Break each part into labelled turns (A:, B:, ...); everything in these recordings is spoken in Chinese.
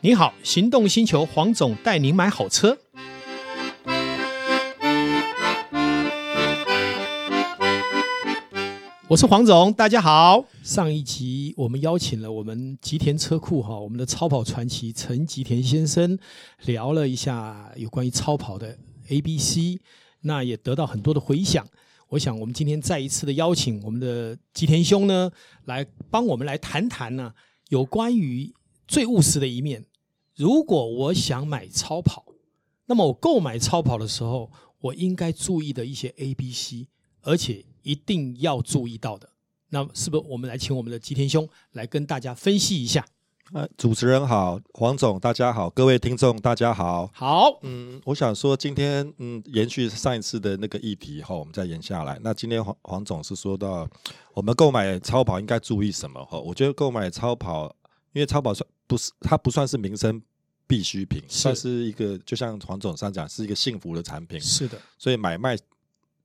A: 你好，行动星球黄总带您买好车。我是黄总，大家好。上一集我们邀请了我们吉田车库哈，我们的超跑传奇陈吉田先生聊了一下有关于超跑的 A、B、C，那也得到很多的回响。我想我们今天再一次的邀请我们的吉田兄呢，来帮我们来谈谈呢、有关于最务实的一面。如果我想买超跑，那么我购买超跑的时候，我应该注意的一些 A、B、C，而且一定要注意到的。那是不是我们来请我们的吉田兄来跟大家分析一下？
B: 呃，主持人好，黄总大家好，各位听众大家好。
A: 好，
B: 嗯，我想说今天嗯，延续上一次的那个议题哈，我们再延下来。那今天黄黄总是说到我们购买超跑应该注意什么哈？我觉得购买超跑，因为超跑算不是它不算是民生必需品，
A: 是
B: 算是一个就像黄总上讲是一个幸福的产品，
A: 是的，
B: 所以买卖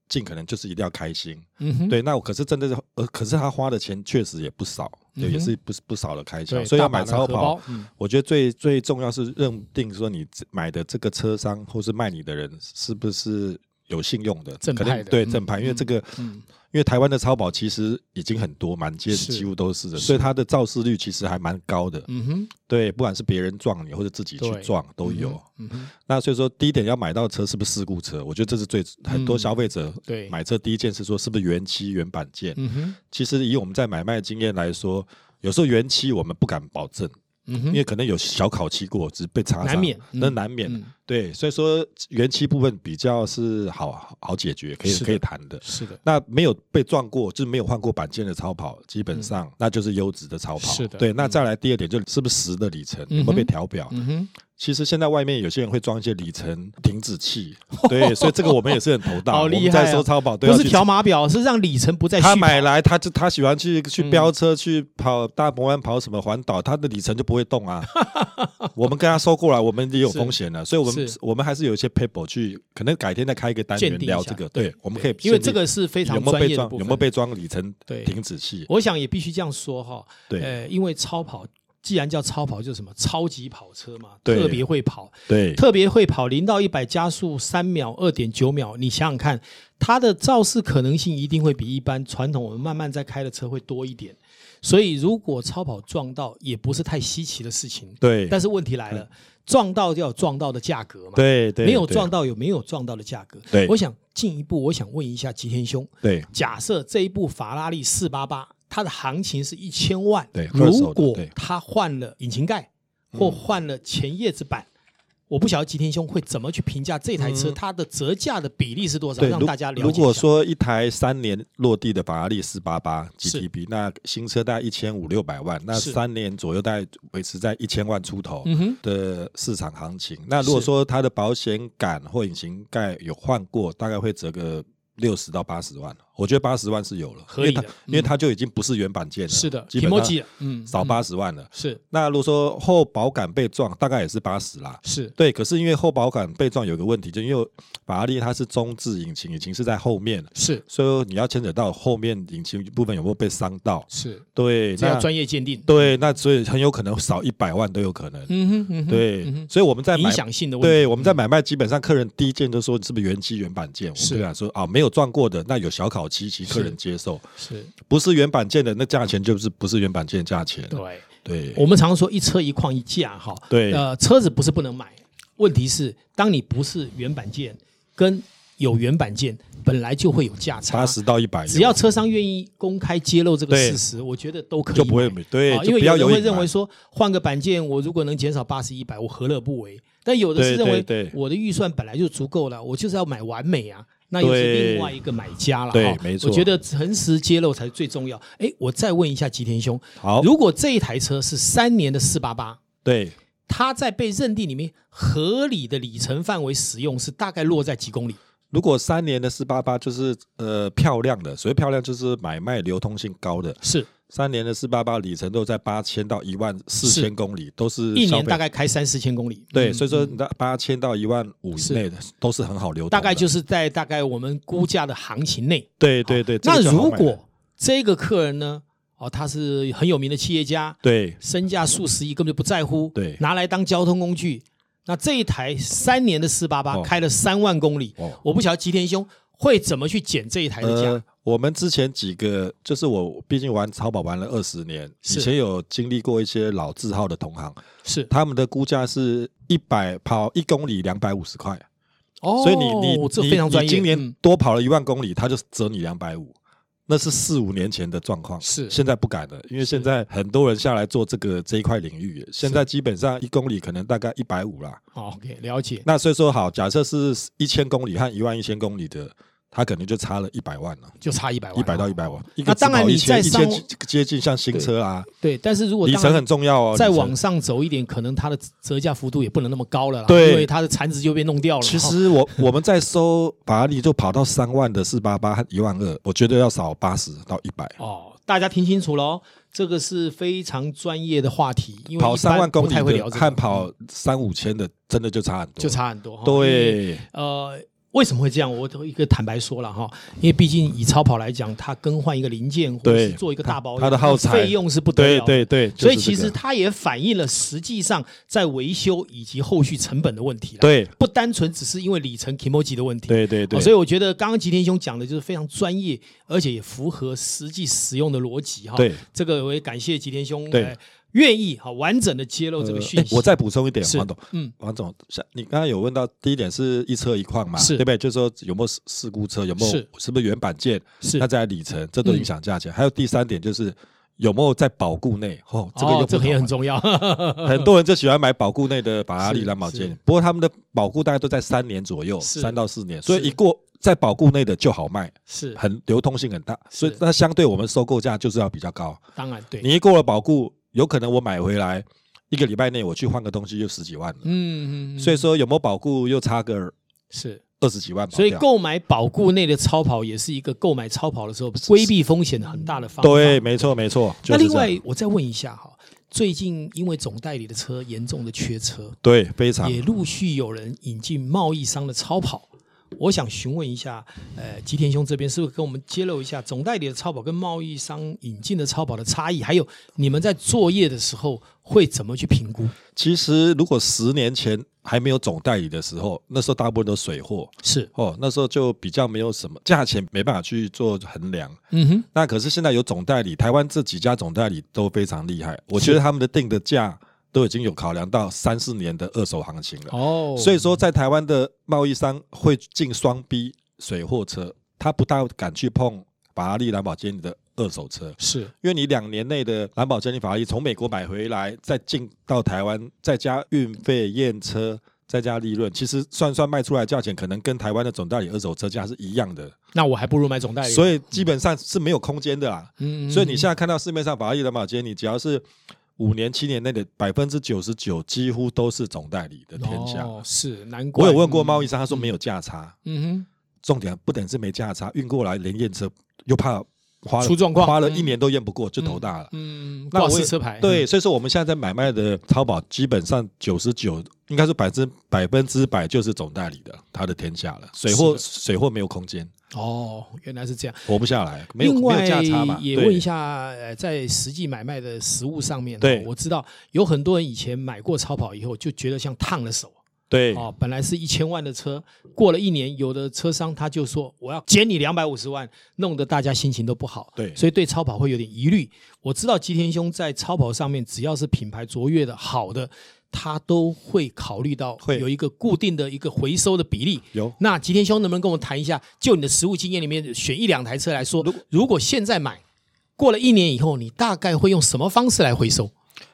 B: 尽可能就是一定要开心。
A: 嗯哼，
B: 对，那我可是真的是呃，可是他花的钱确实也不少，对，也
A: 嗯哼
B: 是不不少的开销，
A: 对，
B: 所以要
A: 大
B: 买
A: 把的荷
B: 超跑
A: 包。，嗯，
B: 我觉得最最重要是认定说你这买的这个车商或是卖你的人是不是有信用的，
A: 正
B: 可能
A: 派的
B: 对
A: 嗯
B: 正牌，因为
A: 嗯
B: 这个
A: 嗯
B: 因为台湾的超跑其实已经很多，满街
A: 是
B: 几乎都是的，
A: 是
B: 所以它的肇事率其实还蛮高的。
A: 嗯哼，
B: 对，不管是别人撞你或者自己去
A: 对
B: 撞都有。
A: 嗯哼，
B: 那所以说，第一点要买到车是不是事故车？我觉得这是最很多
A: 嗯
B: 消费者
A: 对
B: 买车第一件事说是不是原漆原版件。
A: 嗯哼，
B: 其实以我们在买卖经验来说，有时候原漆我们不敢保证，
A: 嗯
B: 因
A: 哼，
B: 为可能有小烤漆过，只是被擦伤，
A: 难免
B: 那
A: 嗯
B: 难免。
A: 嗯
B: 对，所以说原漆部分比较是好好解决，可以
A: 是的
B: 可以谈的。
A: 是的，
B: 那没有被撞过，就是没有换过板件的超跑，基本上、那就是优质的超跑。
A: 嗯是的
B: 对。那
A: 嗯
B: 再来第二点，就是不是实的里程、
A: 嗯哼
B: 有没有被调表？
A: 嗯哼，
B: 其实现在外面有些人会装一些里程停 止器，对，所以这个我们也是很头大。
A: 好
B: 我
A: 厉
B: 们
A: 害
B: 在
A: 啊
B: 收超跑都
A: 不
B: 要
A: 是
B: 去
A: 调码表，是让里程不再续
B: 他
A: 跑。嗯
B: 买来，他就他喜欢去去飙车，去跑大鹏湾，跑什么环岛，他的里程就不会 动啊。我们跟他收过来，我们也有风险的，所以我们
A: 是
B: 我们还是有一些 paper 去，可能改天再开一个单
A: 鉴
B: 元
A: 定一
B: 聊
A: 下
B: 这个。对，我们可以
A: 因为
B: 鉴
A: 这
B: 定
A: 个是非
B: 有
A: 常
B: 没有
A: 专
B: 被
A: 业的
B: 装
A: 部
B: 有
A: 分。
B: 没有被装里程
A: 对
B: 停止器？
A: 我想也必须这样说哈，
B: 对
A: 呃，因为超跑既然叫超跑，就是什么超级跑车嘛，
B: 对
A: 特别会跑，
B: 对
A: 特别会跑，零到一百加速三秒、二点九秒，你想想看，它的肇事可能性一定会比一般传统我们慢慢在开的车会多一点，所以如果超跑撞到，也不是太稀奇的事情。
B: 对
A: 但是问题来了，撞到就要有撞到的价格嘛，
B: 对对，
A: 没有
B: 对
A: 撞到有没有撞到的价格。
B: 对
A: 我想进一步，我想问一下吉田兄，
B: 对
A: 假设这一部法拉利四八八，它的行情是一千万，
B: 对二手
A: 如
B: 的
A: 果
B: 对
A: 它换了引擎盖或换了前叶子板，我不晓得吉田兄会怎么去评价这台车，它的折价的比例是多少，
B: 嗯对，
A: 让
B: 如
A: 大家了解一
B: 如
A: 下。
B: 果说一台三年落地的法拉利四八八
A: 是
B: GTB，那新车大概一千五六百万，那
A: 是
B: 三年左右大概维持在一千万出头
A: 嗯哼
B: 的市场行情。那如果
A: 是
B: 说它的保险杆或引擎盖有换过，大概会折个。六十到八十万，我觉得八十万是有了，
A: 合理的嗯
B: 因为它、因为它就已经不是原版件了，
A: 是的，
B: 基
A: 提
B: 本
A: 莫
B: 上
A: 吉，嗯，
B: 少八十万了。
A: 是
B: 那如果说后保杆被撞，大概也是八十啦，
A: 是
B: 对，可是因为后保杆被撞有个问题，就因为法拉利它是中置引擎，引擎是在后面，
A: 是
B: 所以你要牵扯到后面引擎部分有没有被伤到。
A: 是，
B: 对，
A: 这要
B: 那
A: 专业鉴定。
B: 对，那所以很有可能少一百万都有可能。
A: 嗯哼嗯哼，
B: 对，
A: 嗯
B: 所以我们在
A: 哼，
B: 买
A: 影，响性的问题。嗯
B: 对，我们在买卖，基本上客人第一件就说你是不是原漆原版件，我们
A: 是
B: 就想说啊，没有撞过的，那有小烤漆，其实客
A: 是
B: 人接受；
A: 是，
B: 不是原版件的，那价钱就是不是原版件的价钱。
A: 对。
B: 对，
A: 我们常说一车一况一价哈，
B: 对
A: 呃，车子不是不能买，问题是当你不是原版件跟有原版件本来就会有价
B: 八
A: 差，
B: 十到一百，
A: 只要车商愿意公开揭露这个
B: 对
A: 事实，我觉得都可以
B: 就不会
A: 买
B: 对，
A: 啊
B: 就
A: 因为有
B: 不要
A: 人
B: 有
A: 会
B: 隐
A: 认为
B: 瞒
A: 说换个版件，我如果能减少八十一百，我何乐不为？但有的是
B: 对
A: 认为
B: 对对
A: 我的预算本来就足够了，我就是要买完美啊，那又是
B: 对
A: 另外一个买家了。
B: 对
A: 哈
B: 没错
A: 我觉得诚实揭露才是最重要。哎，我再问一下吉田兄，
B: 好，
A: 如果这一台车是三年的四八八，
B: 对。
A: 它在被认定里面合理的里程范围使用是大概落在几公里？
B: 如果三年的四八八就是呃漂亮的，所谓漂亮就是买卖流通性高的，
A: 是
B: 三年的四八八里程都在八千到一万四
A: 是
B: 千公里，都是
A: 一
B: 消
A: 年
B: 费
A: 大概开三四千公里，
B: 对，
A: 嗯
B: 所以说八千到一万五以内的都是很好流通的，
A: 大概就是在大概我们估价的行情内。
B: 对对对。这
A: 那
B: 个就好
A: 如
B: 买了
A: 果这个客人呢，啊、哦，他是很有名的企业家，
B: 对
A: 身价数十亿根本就不在乎，
B: 对
A: 拿来当交通工具。那这一台三年的四八八
B: 哦
A: 开了三万公里，
B: 哦。
A: 我不晓得吉田兄会怎么去减这一台的价。
B: 呃，我们之前几个就是我，毕竟玩淘宝玩了二十年，
A: 是
B: 以前有经历过一些老字号的同行，
A: 是
B: 他们的估价是一百跑一公里两百五十块，
A: 哦，
B: 所以你你
A: 这
B: 你
A: 非常专业。
B: 你今
A: 嗯
B: 年多跑了一万公里，他就折你两百五。那是四五年前的状况，
A: 是
B: 现在不敢了，因为现在很多人下来做这个这一块领域，现在基本上一公里可能大概一百五啦。
A: 好 OK 了解，
B: 那所以说好，假设是一千公里和一万一千公里的，它可能就差了一百万了。
A: 就差一百万，
B: 一百到一百五，一
A: 那
B: 个
A: 当然你
B: 一千
A: 在
B: 一
A: 商
B: 千接近像新车啊，
A: 对。但是如果
B: 里
A: 当
B: 程
A: 然
B: 很重要哦。
A: 再
B: 里程
A: 往上走一点，可能它的折价幅度也不能那么高了啦，
B: 对
A: 因为它的残值就被弄掉了嘛。
B: 其
A: 哈
B: 实我我们在收法拉利就跑到三万的四八八和一万二，我觉得要少八十到一百。
A: 哦，大家听清楚喽，这个是非常专业的话题，因为
B: 跑
A: 一般
B: 三万公
A: 不太会
B: 里
A: 聊
B: 的
A: 这个
B: 和跑三五千的，真的就差很多，
A: 就差很多。哈，
B: 对
A: 呃，为什么会这样？我都一个坦白说了哈，因为毕竟以超跑来讲，它更换一个零件或者
B: 对
A: 是做一个大保养，
B: 它的耗材
A: 费用是不得
B: 对
A: 了。
B: 对对，
A: 啊所以
B: 就是
A: 其
B: 这个
A: 实它也反映了实际上在维修以及后续成本的问题啦，
B: 对
A: 不单纯只是因为里程 Kimoji 的问题。
B: 对对对，
A: 哦所以我觉得刚刚吉田兄讲的就是非常专业，而且也符合实际使用的逻辑哈。
B: 对，
A: 这个我也感谢吉田兄
B: 对
A: 呃愿意哈完整的揭露这个讯
B: 呃诶
A: 息。
B: 我再补充一点，
A: 是
B: 黄总，
A: 嗯
B: 嗯，黄总，像你刚刚有问到，第一点是一车一况嘛，
A: 是
B: 对不对？就是说有没有事事故车，有没有
A: 是
B: 是不是原版件，
A: 是嗯
B: 那在里程，这都影响价钱。还有第三点就是有没有在保固内，哦，这个又
A: 哦
B: 不
A: 这个也
B: 同
A: 很重要，
B: 了很多人就喜欢买保固内的法拉利、
A: 是
B: 蓝宝坚
A: 是，
B: 不过他们的保固大概都在三年左右，
A: 是
B: 三到四年，所以
A: 是
B: 一过在保固内的就好卖，
A: 是
B: 很流通性很大，
A: 是
B: 所以那相对我们收购价就是要比较高。
A: 当然对，
B: 你一过了保固，有可能我买回来一个礼拜内我去换个东西就十几万了。
A: 嗯，嗯嗯
B: 所以说有没有保固又差个
A: 是，
B: 二十几万跑掉，
A: 所以购买保固内的超跑也是一个购买超跑的时候规避风险的很大的方法。
B: 对，，没错没错。就
A: 那
B: 是
A: 另
B: 这样
A: 外我再问一下哈，最近因为总代理的车严重的缺车，
B: 对非常
A: 也陆续有人引进贸易商的超跑。我想询问一下，呃，吉田兄这边是不是跟我们揭露一下总代理的超跑跟贸易商引进的超跑的差异，还有你们在作业的时候会怎么去评估？
B: 其实如果十年前还没有总代理的时候，那时候大部分都水货
A: 是，
B: 哦，那时候就比较没有什么价钱没办法去做衡量。
A: 嗯哼，
B: 那可是现在有总代理，台湾这几家总代理都非常厉害，我觉得他们的定的价都已经有考量到三四年的二手行情了。
A: 哦，
B: 所以说，在台湾的贸易商会进双 B 水货车，他不大敢去碰法拉利、兰博基尼的二手车，
A: 是
B: 因为你两年内的兰博基尼、法拉利从美国买回来，再进到台湾，再加运费、验车，再加利润，其实算算卖出来价钱，可能跟台湾的总代理二手车价是一样的，
A: 那我还不如买总代理。
B: 所
A: 以，
B: 以基本上是没有空间的啦。
A: 哎嗯
B: 所以你现在看到市面上法拉利、兰博基尼，只要是五年、七年内的百分之九十九，几乎都是总代理的天下。
A: 哦、是难怪。
B: 我有问过贸
A: 易，
B: 易商，他说没有价差。
A: 嗯
B: 重点不等是没价差，运过来连验车又怕花了
A: 出状况
B: 花了
A: 嗯
B: 一年都验不过，就头大了
A: 哼，。嗯，
B: 那
A: 挂
B: 我
A: 式车牌，
B: 对，所以说我们现在在买卖的淘宝，基本上九十九，应该是百分之百分之百就是总代理的，他的天下了。水货水货没有空间，
A: 嗯哦，原来是这样。
B: 活不下来，没有
A: 另
B: 没
A: 外
B: 有价差嘛。
A: 也
B: 对
A: 问一，下，呃，在实际买卖的实物上面，
B: 对
A: 我知道有很多人以前买过超跑以后就觉得像烫了手。
B: 对
A: 哦，本来是一千万的车，过了一年，有的车商他就说我要减你两百五十万，弄得大家心情都不好。
B: 对
A: 所以对超跑会有点疑虑。我知道吉田兄在超跑上面，只要是品牌卓越的、好的，他都会考虑到
B: 会
A: 有一个固定的一个回收的比例。
B: 有
A: 那吉田兄能不能跟我谈一下，就你的实务经验里面选一两台车来说，如果现在买，过了一年以后，你大概会用什么方式来回收？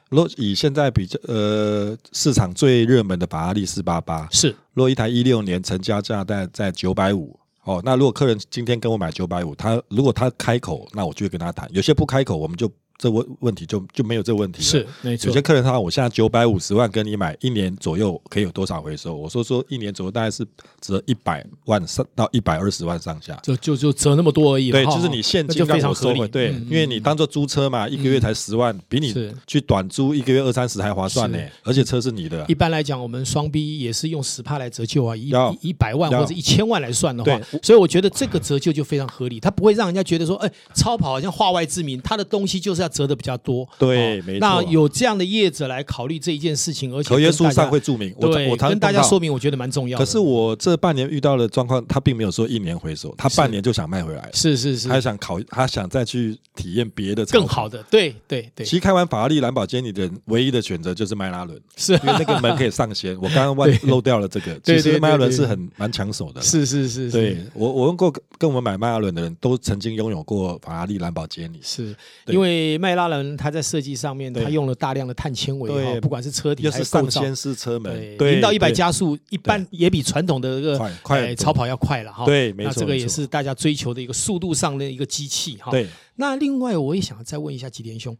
B: 如果以现在比较呃市场最热门的法拉利四八八，
A: 是
B: 若一台一六年成交价大概在九百五，哦，那如果客人今天跟我买九百五，他如果他开口，那我就会跟他谈；有些不开口，我们就这问问题就就没有这问题了。
A: 是没错
B: 有些，客人他我现在九百五十万跟你买，一年左右可以有多少回收？我说说一年左右大概是折一百万上到一百二十万上下。
A: 就就就折那么多而已了
B: 对，
A: 哈。
B: 就是你现
A: 哦那
B: 金
A: 就
B: 让
A: 非常
B: 我
A: 合
B: 收
A: 理嗯
B: 回，。对，因为你当做租车嘛，一个月才十万，比
A: 是
B: 你去短租一个月二三十还划算呢
A: 是。
B: 而且车是你的
A: 一，般来讲，我们双 B 也是用十帕来折旧啊，以
B: 要
A: 一一百万
B: 要
A: 或者一千万来算的话
B: 对，
A: 所以我觉得这个折旧就非常合理，它不会让人家觉得说，哎，超跑好像化外之名，它的东西就是要折的比较多。
B: 对
A: 哦
B: 没错
A: 那有这样的业者来考虑这一件事情，而且
B: 合约
A: 跟
B: 书
A: 大家
B: 上会注明。我
A: 对
B: 我常
A: 跟大家
B: 碰到
A: 说明，我觉得蛮重要的。
B: 可是我这半年遇到的状况，他并没有说一年回收，他
A: 是
B: 半年就想卖回来了，
A: 是是是，
B: 他想考，他想再去体验别的
A: 更
B: 超跑
A: 好。的，对对对
B: 其，实开完法拉利、兰博基尼的唯一的选择就是迈拉伦，
A: 是
B: 因为那个门可以上掀。我刚刚忘漏掉了这个，
A: 对
B: 其
A: 对
B: 实迈拉伦
A: 对对
B: 是很蛮抢手的啦。
A: 是是是，是
B: 对我，我问过跟我们买迈拉伦的人都曾经拥有过法拉利、兰博基尼，
A: 是
B: 对
A: 因为迈拉伦它在设计上面，它
B: 对
A: 用了大量的碳纤维
B: 对
A: 哈，不管是车体
B: 又
A: 还
B: 是
A: 是构
B: 上
A: 造。
B: 掀式
A: 对
B: 车门，，
A: 零到一百
B: 对
A: 加速一般也比传统的这个
B: 快快
A: 呃
B: 很多
A: 超跑要快了哈。
B: 对没
A: 那
B: 错
A: 这个
B: 没
A: 也
B: 错
A: 是大家追求的一个速度上的一个机器哈。，
B: 对。
A: 那另外我也想再问一下吉田兄，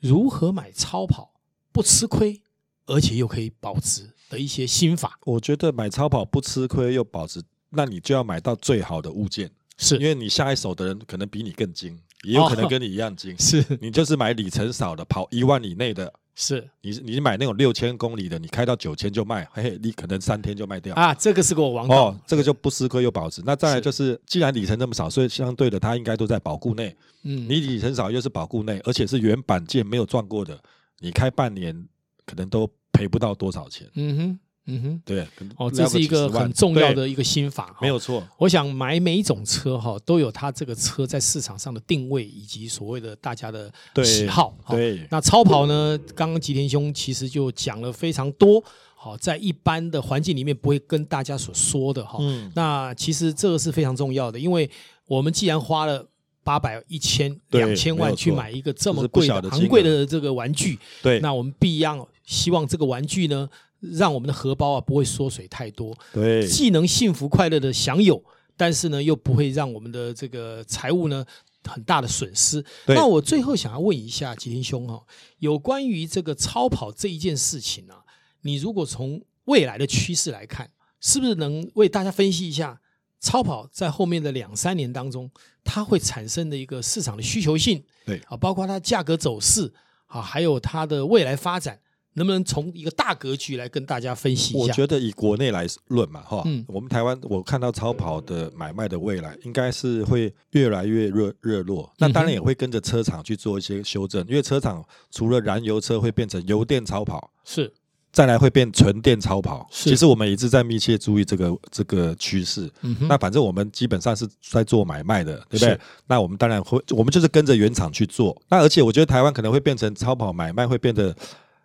A: 如何买超跑不吃亏，而且又可以保值的一些心法？
B: 我觉得买超跑不吃亏又保值，那你就要买到最好的物件，因
A: 是
B: 为你下一手的人可能比你更精，也有可能跟你一样精。
A: 是
B: 你就是买里程少的，跑一万以内的，
A: 是
B: 你你买那种六千公里的，你开到九千就卖，嘿嘿，你可能三天就卖掉。
A: 啊，这个是给我王道
B: 哦，这个就不吃亏又保值。那再来就是，既然里程那么少，所以相对的它应该都在保固内。
A: 嗯，
B: 你里程少又是保固内，而且是原版件没有撞过的，你开半年可能都赔不到多少钱。
A: 嗯哼嗯哼，
B: 对，可能
A: 哦，
B: 要
A: 这是一
B: 几十
A: 个
B: 万
A: 很重要
B: 对
A: 的一个心法哈。
B: 没有错。
A: 我想买每一种车哈，都有它这个车在市场上的定位以及所谓的大家的
B: 对
A: 喜好。哈
B: 对
A: 那超跑呢？刚刚吉田兄其实就讲了非常多，好，在一般的环境里面不会跟大家所说的哈。
B: 嗯
A: 那其实这个是非常重要的，因为我们既然花了。八百、一千、
B: 对
A: 两千
B: 没
A: 万
B: 有
A: 去
B: 错
A: 买一个这
B: 这
A: 么
B: 是不
A: 贵
B: 小
A: 的、
B: 的
A: 昂
B: 金
A: 贵
B: 额
A: 的这个玩具，
B: 对，
A: 那我们必样希望这个玩具呢，让我们的荷包啊不会缩水太多。
B: 对
A: 既能幸福快乐的享有，但是呢，又不会让我们的这个财务呢很大的损失。
B: 对
A: 那我最后想要问一下吉林兄哈、啊有关于这个超跑这一件事情啊，你如果从未来的趋势来看，是不是能为大家分析一下超跑在后面的两三年当中，它会产生的一个市场的需求性？
B: 对
A: 啊，包括它价格走势啊，还有它的未来发展。能不能从一个大格局来跟大家分析一
B: 我
A: 下？
B: 觉得以国内来论嘛，哈，
A: 嗯
B: 我们台湾我看到超跑的买卖的未来，应该是会越来越热热
A: 嗯
B: 络。那当然也会跟着车厂去做一些修正，因为车厂除了燃油车会变成油电超跑，
A: 是
B: 再来会变纯电超跑。
A: 是
B: 其实我们一直在密切注意这个这个趋势。
A: 嗯哼
B: 那反正我们基本上是在做买卖的，对不
A: 是
B: 对？那我们当然会，我们就是跟着原厂去做。那而且我觉得台湾可能会变成超跑买卖会变得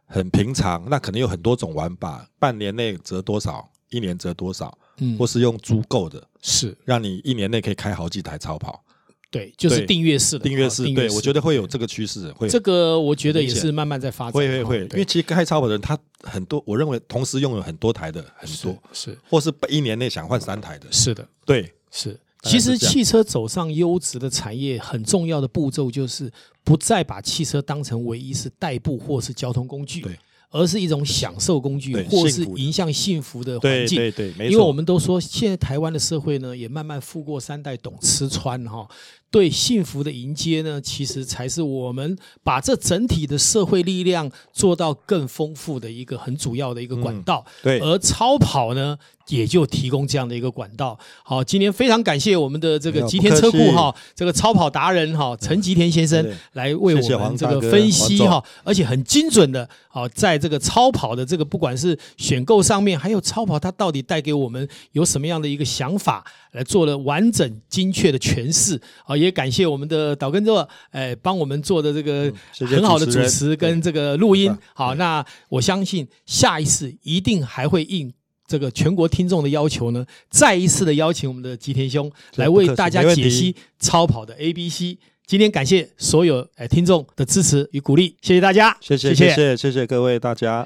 B: 很平常，那可能有很多种玩法，半年内折多少，一年折多少，
A: 嗯
B: 或是用租购的，
A: 是
B: 让你一年内可以开好几台超跑。
A: 对，就是
B: 对
A: 订阅式的
B: 订阅
A: 啊
B: 式，对我觉得会有这个趋势，会
A: 这个，我觉得也
B: 明显
A: 是慢慢在发展，
B: 会会会，
A: 哦
B: 因为其实开超跑的人他很多，我认为同时拥有很多台的很多，
A: 是
B: 或是一年内想换三台的，
A: 是的，
B: 对，
A: 是。
B: 大概
A: 其
B: 是
A: 实
B: 这样
A: 汽车走上优质的产业，很重要的步骤就是不再把汽车当成唯一是代步或是交通工具，
B: 对，
A: 而是一种享受工具
B: 对，
A: 或是
B: 幸福的
A: 迎向幸福的环
B: 对
A: 境。
B: 对对，没
A: 因
B: 错，
A: 为我们都说，现在台湾的社会呢，也慢慢富过三代，懂吃穿哈、对幸福的迎接呢，其实才是我们把这整体的社会力量做到更丰富的一个很主要的一个管道。
B: 嗯对
A: 而超跑呢，也就提供这样的一个管道。好，今天非常感谢我们的这个
B: 没有
A: 吉田车
B: 哎
A: 库
B: 不客气
A: 哈，这个超跑达人哈，陈吉田先生
B: 对对
A: 来为
B: 谢谢
A: 我们
B: 黄
A: 这
B: 大
A: 个
B: 哥
A: 分析
B: 黄
A: 哈
B: 总，
A: 而且很精准的，好，在这个超跑的这个不管是选购上面，还有超跑它到底带给我们有什么样的一个想法，来做了完整精确的诠释。好，也感谢我们的岛根座，哎，帮我们做的这个
B: 谢谢
A: 很好的
B: 主
A: 主
B: 持人
A: 持
B: 对
A: 跟这个录音
B: 嗯。
A: 好，那我相信下一次一定还会应。这个全国听众的要求呢，再一次的邀请我们的吉田兄来为大家
B: 没问题
A: 解析超跑的 A、B、C。今天感谢所有呃听众的支持与鼓励，谢谢大家，
B: 谢谢谢谢谢谢各位大家。